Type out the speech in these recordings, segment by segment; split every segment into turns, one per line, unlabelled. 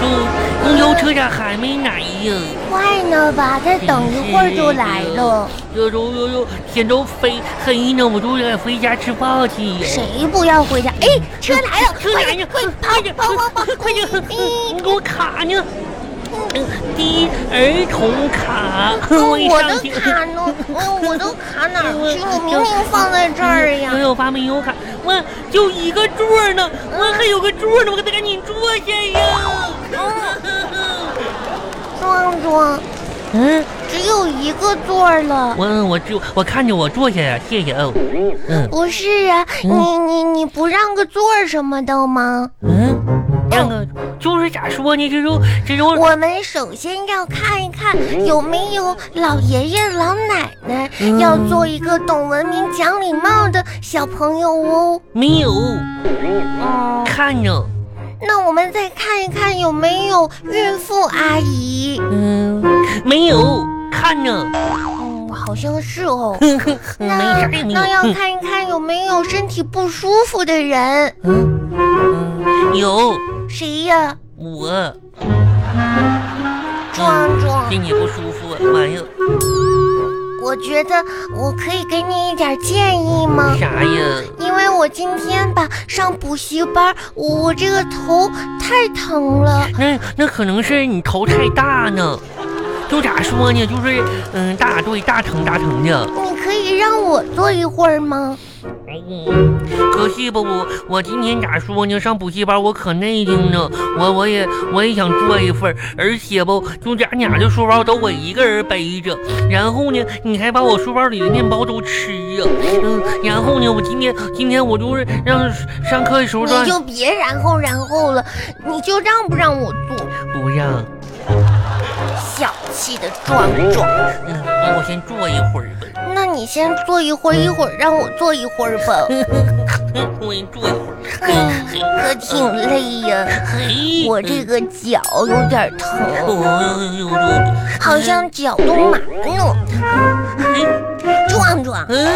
救护车上还没来呀。
快了吧，再等一会儿就来了。
呦呦呦呦，天都飞黑呢，我都想回家吃饭去呀。
谁不要回家？哎，车来了，
车来了，
快点
快点
快点跑跑跑跑！
快点，
嗯
你给我卡呢。第一儿童卡，
哦
一
我
哎上
的
去。
卡呢？哦，我的卡 哪儿去？我明明放在这儿呀
没。有发没有卡，我就一个座呢，我还有个座呢，我给他赶紧坐下呀。
壮壮，
嗯，
只有一个座儿了。
我我就我看着我坐下呀，谢谢哦。嗯
不是啊，你你你不让个座儿什么的吗？
嗯，那个就是咋说呢，这就这就
我们首先要看一
嗯
看有没有老爷爷老奶奶，要做一个懂文明、讲礼貌的小朋友哦。
没有
嗯，
看着。
那我们再看一看有没有孕妇阿姨。
嗯，没有看着，
嗯，好像是哦。
哼哼哼嗯没
那
啥也没有。
那要
哼
看一看有没有身体不舒服的人，
嗯嗯有
谁呀？
我，
壮壮，
心里不舒服，妈呀，
我觉得我可以给你一点建议吗？
啥呀？
因为我今天吧上补习班，我我这个头太疼了。
那那可能是你头太大呢，就咋说呢？就是嗯，大对大疼大疼的。
你可以让我坐一会儿吗？
嗯，可惜吧，我我今天咋说呢？上补习班我可内劲呢，我我也我也想做一份儿，而且吧，就咱俩的书包都我一个人背着，然后呢，你还把我书包里的面包都吃呀，嗯，然后呢，我今天今天我就是让上课的时候让
你就别然后然后了，你就让不让我坐？
不让，
小气的壮壮，
嗯，那我先坐一会儿吧，
那你先坐一会儿，一会儿让我坐一会儿 吧。
嗯，我先坐一会儿，
哎，可挺累呀，
嘿，
我这个脚有点
嗯
疼，
我
好像脚都麻了。壮壮，
嗯，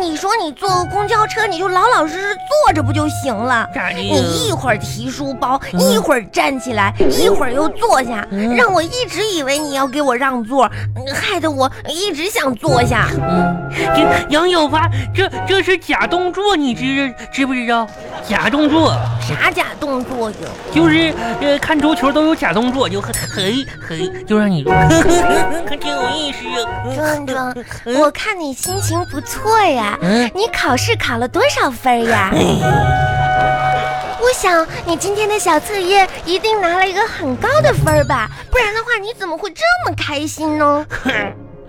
你说你坐个公交车，你就老老实实坐着不就行了？
咋的呀？
你一会儿提书包，一会儿站起来，一会儿又坐下，
嗯
让我一直以为你要给我让座，嗯害得我一直想坐下。
嗯，这杨小发，这这是假动作，你知知不知道？假动作
啥假动 作呀？
就是呃，看足球都有假动作，就嘿嘿嘿，就让你， 可挺有意思啊。
壮壮，我看你心情不错呀，
嗯，
你考试考了多少分呀？我想你今天的小测验一定拿了一个很高的分儿吧，不然的话你怎么会这么开心呢？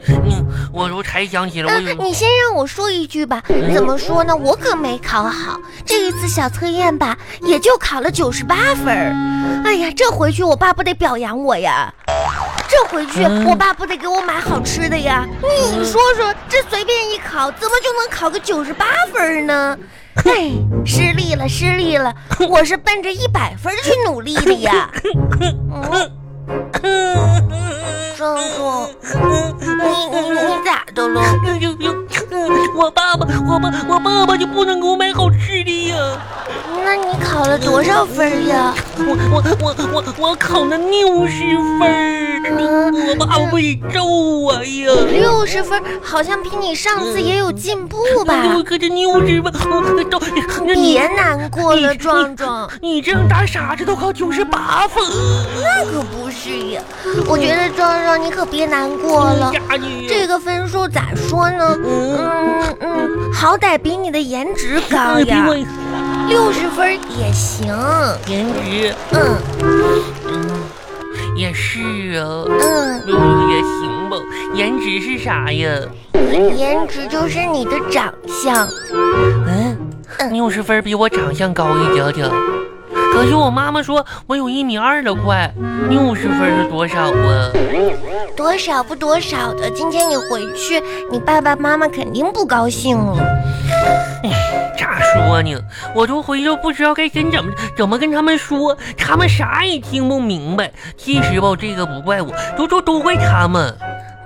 嗯，我都才想起来，我
啊，
有
你先让我说一句吧，怎么说呢？我可没考好，这一次小测验吧，也就考了九十八分儿。哎呀，这回去我爸不得表扬我呀？这回去
嗯
我爸不得给我买好吃的呀？你说说，这随便一考，怎么就能考个九十八分儿呢？哎，失利了，失利了，我是奔着一百分儿去努力的呀。嗯，
嗯
壮壮，你你你咋的了？
呦呦，嗯我爸爸，我爸，我爸爸就不能给我买好吃的呀。
那你考了多少分儿呀？
我我我我我考了六十分儿，我爸爸会揍我呀！
六十分儿，好像比你上次也有进步
我
吧？
可这六十分，揍那你
别难过了，壮壮，
你这样大傻子都考九十八分，
那可不是呀。我觉得壮壮，你可别难过了。
咋的？
这个分数咋说呢？
嗯，
嗯嗯，好歹比你的颜值高
比
呀
我，
六十分儿也行。
颜值
嗯
也是啊，
嗯，
六六也行吧。颜值是啥呀？
颜值就是你的长相。
嗯，六十分比我长相高一点点。可是我妈妈说我有一米二了，快六十分是多少啊？
多少不多少的，今天你回去，你爸爸妈妈肯定不高兴了。
咋说呢？我都回头不知道该跟怎么怎么跟他们说，他们啥也听不明白。其实吧，这个不怪我，都都都怪他们。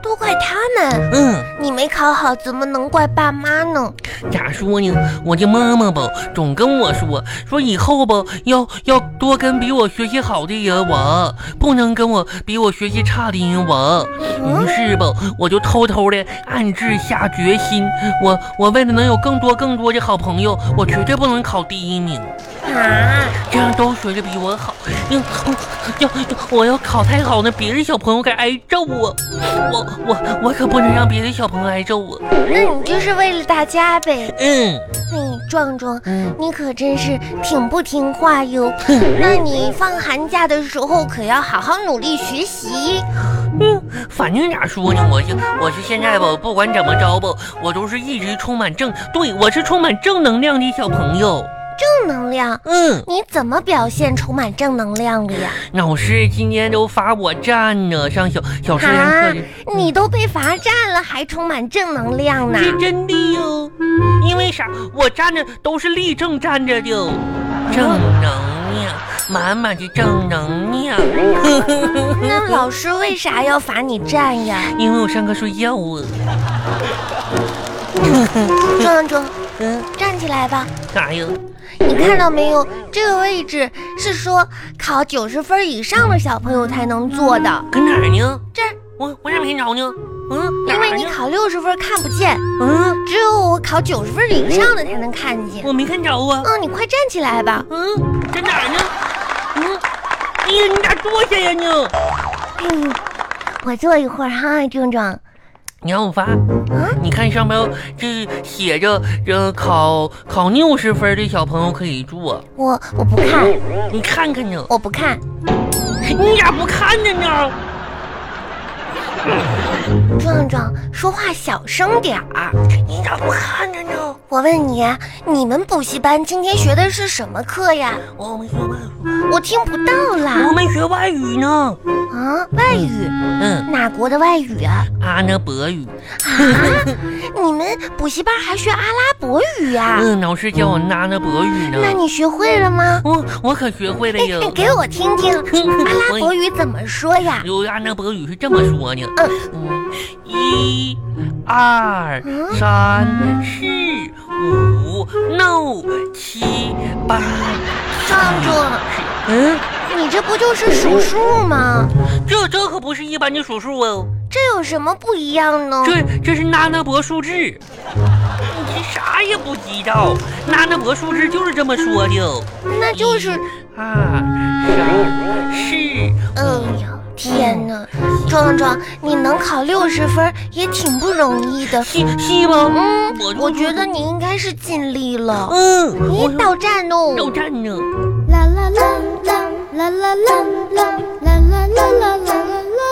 都怪他们。
嗯，
你没考好，怎么能怪爸妈呢？
咋说呢？我这妈妈吧，总跟我说，说以后吧，要要多跟比我学习好的人玩，不能跟我比我学习差的人玩。于是吧，我就偷偷的暗自下决心，我我为了能有更多更多的好朋友，我绝对不能考第一名，
啊，
这样都学的比我好。要要我要考太好，那别的小朋友该挨揍啊！我我我可不能让别的小朋友挨揍啊！
那你这是为了大家呗？
嗯
嘿，壮壮，
嗯。
你可真是挺不听话哟。那你放寒假的时候可要好好努力学习。
嗯，反正咋说呢，我是我是现在吧，不管怎么着吧，我都是一直充满正，对我是充满正能量的小朋友。
正能量，
嗯，
你怎么表现充满正能量了呀？
老师今天都罚我站呢，上小小实验
啊
课去，
你都被罚站了，还充满正 能量呢？
是真的哟。因为啥？我站着都是立正站着的，正能量，满满的正能量。
那老师为啥要罚你站呀？
因为我上课睡觉啊。
壮壮，
嗯，
站起来吧。
啥呀？
你看到没有？这个位置是说考九十分以上的小朋友才能坐的。
搁哪儿呢？
这儿，
我我咋没看着呢？嗯，哪
因为
儿
你
呢？
考六十分看不见，
嗯。
只有我考九十分以上的才能看见。
我没看着啊。
嗯，你快站起来吧。
嗯，在哪儿呢？嗯，哎呀，你咋坐下呀你？
嗯，我坐一会儿哈，壮壮。
你让我发，
啊，
你看上面这写着这考考六十分的小朋友可以坐，
我我不看，
你看看呢？
我不看。
你咋不看着呢？
壮壮，说话小声点儿。
啊你咋不看着呢？
我问你，你们补习班今天学的是什么课呀？
我没学外语，
我听不到啦
我。没学外语呢。
啊，外语，
嗯，
哪国的外语啊？
阿拉伯语。
啊，你们补习班还学阿拉伯语呀、
嗯，老师教我阿拉伯语
那
呢。
你学会了吗？
我我可学会了
哎
哟
哎，。给我听 听，阿拉伯语怎么说呀？
哎有阿拉伯语是这么说的，
嗯
嗯，一、二、三、四、五、六、七、八，
壮壮，
嗯，
你这不就是数数吗？
这这可不是一般的数数哦，
这有什么不一样呢？
这这是阿拉伯数字，你啥也不知道，阿拉伯数字就是这么说的，哦
那就是，
二、三、四，
哎呀，天哪！壮壮，你能考六十分也挺不容易的。
西西吧，
嗯，
我
我觉得，你应该是尽力了。
嗯，
你
我
到站哦。
到站呢。
啦啦啦啦啦啦啦啦啦啦啦啦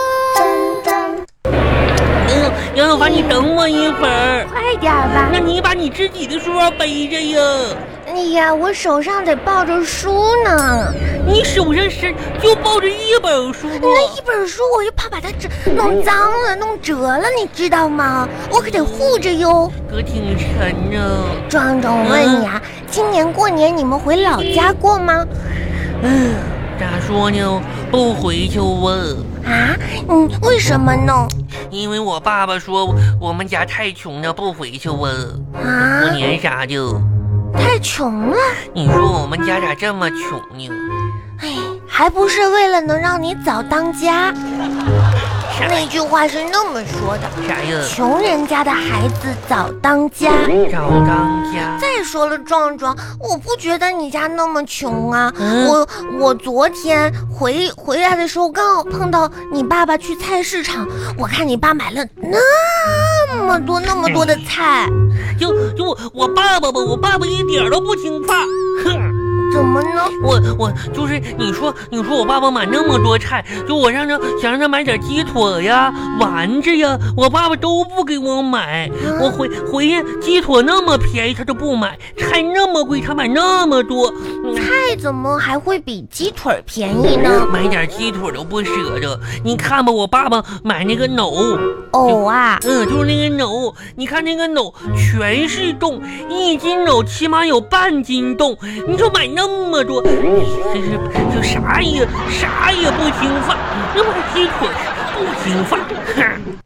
啦啦。
嗯，杨小凡，你等我一会儿。
快点儿吧。
那你把你自己的书包背着呀，
哎呀，我手上得抱着书呢，
你手上是就抱着一本书啊。
那一本书我又怕把它折弄脏了、弄折了，你知道吗？我可得护着哟。
可挺沉啊呢。
壮壮，我问你啊，
嗯
今年过年你们回老家过吗？
嗯，咋说呢？不回去问，
啊，嗯，为什么呢？
因为我爸爸说我们家太穷了，不回去问过
啊，
年啥的。
太穷了，
你说我们家咋这么穷呢？
哎，还不是为了能让你早当家。
啥
那句话是那么说的，
啥呀？
穷人家的孩子早当家。
找当家。
再说了，壮壮，我不觉得你家那么穷啊。
嗯
我我昨天回回来的时候，刚好碰到你爸爸去菜市场，我看你爸买了那么多那么多的菜，
就就我我爸爸吧，我爸爸一点儿都不听话。哼。
怎么呢？
我我就是你说你说我爸爸买那么多菜，就我让他想让他买点鸡腿呀、丸子呀，我爸爸都不给我买。我回回去鸡腿那么便宜，他都不买；菜那么贵，他买那么多，
菜怎么还会比鸡腿儿便宜呢？
买点鸡腿都不舍得。你看吧，我爸爸买那个藕，
藕啊，
嗯，就是那个藕，你看那个藕全是冻，一斤藕起码有半斤冻，你说买那么多，真是就啥也啥也不听话，那买鸡腿不听话，哼。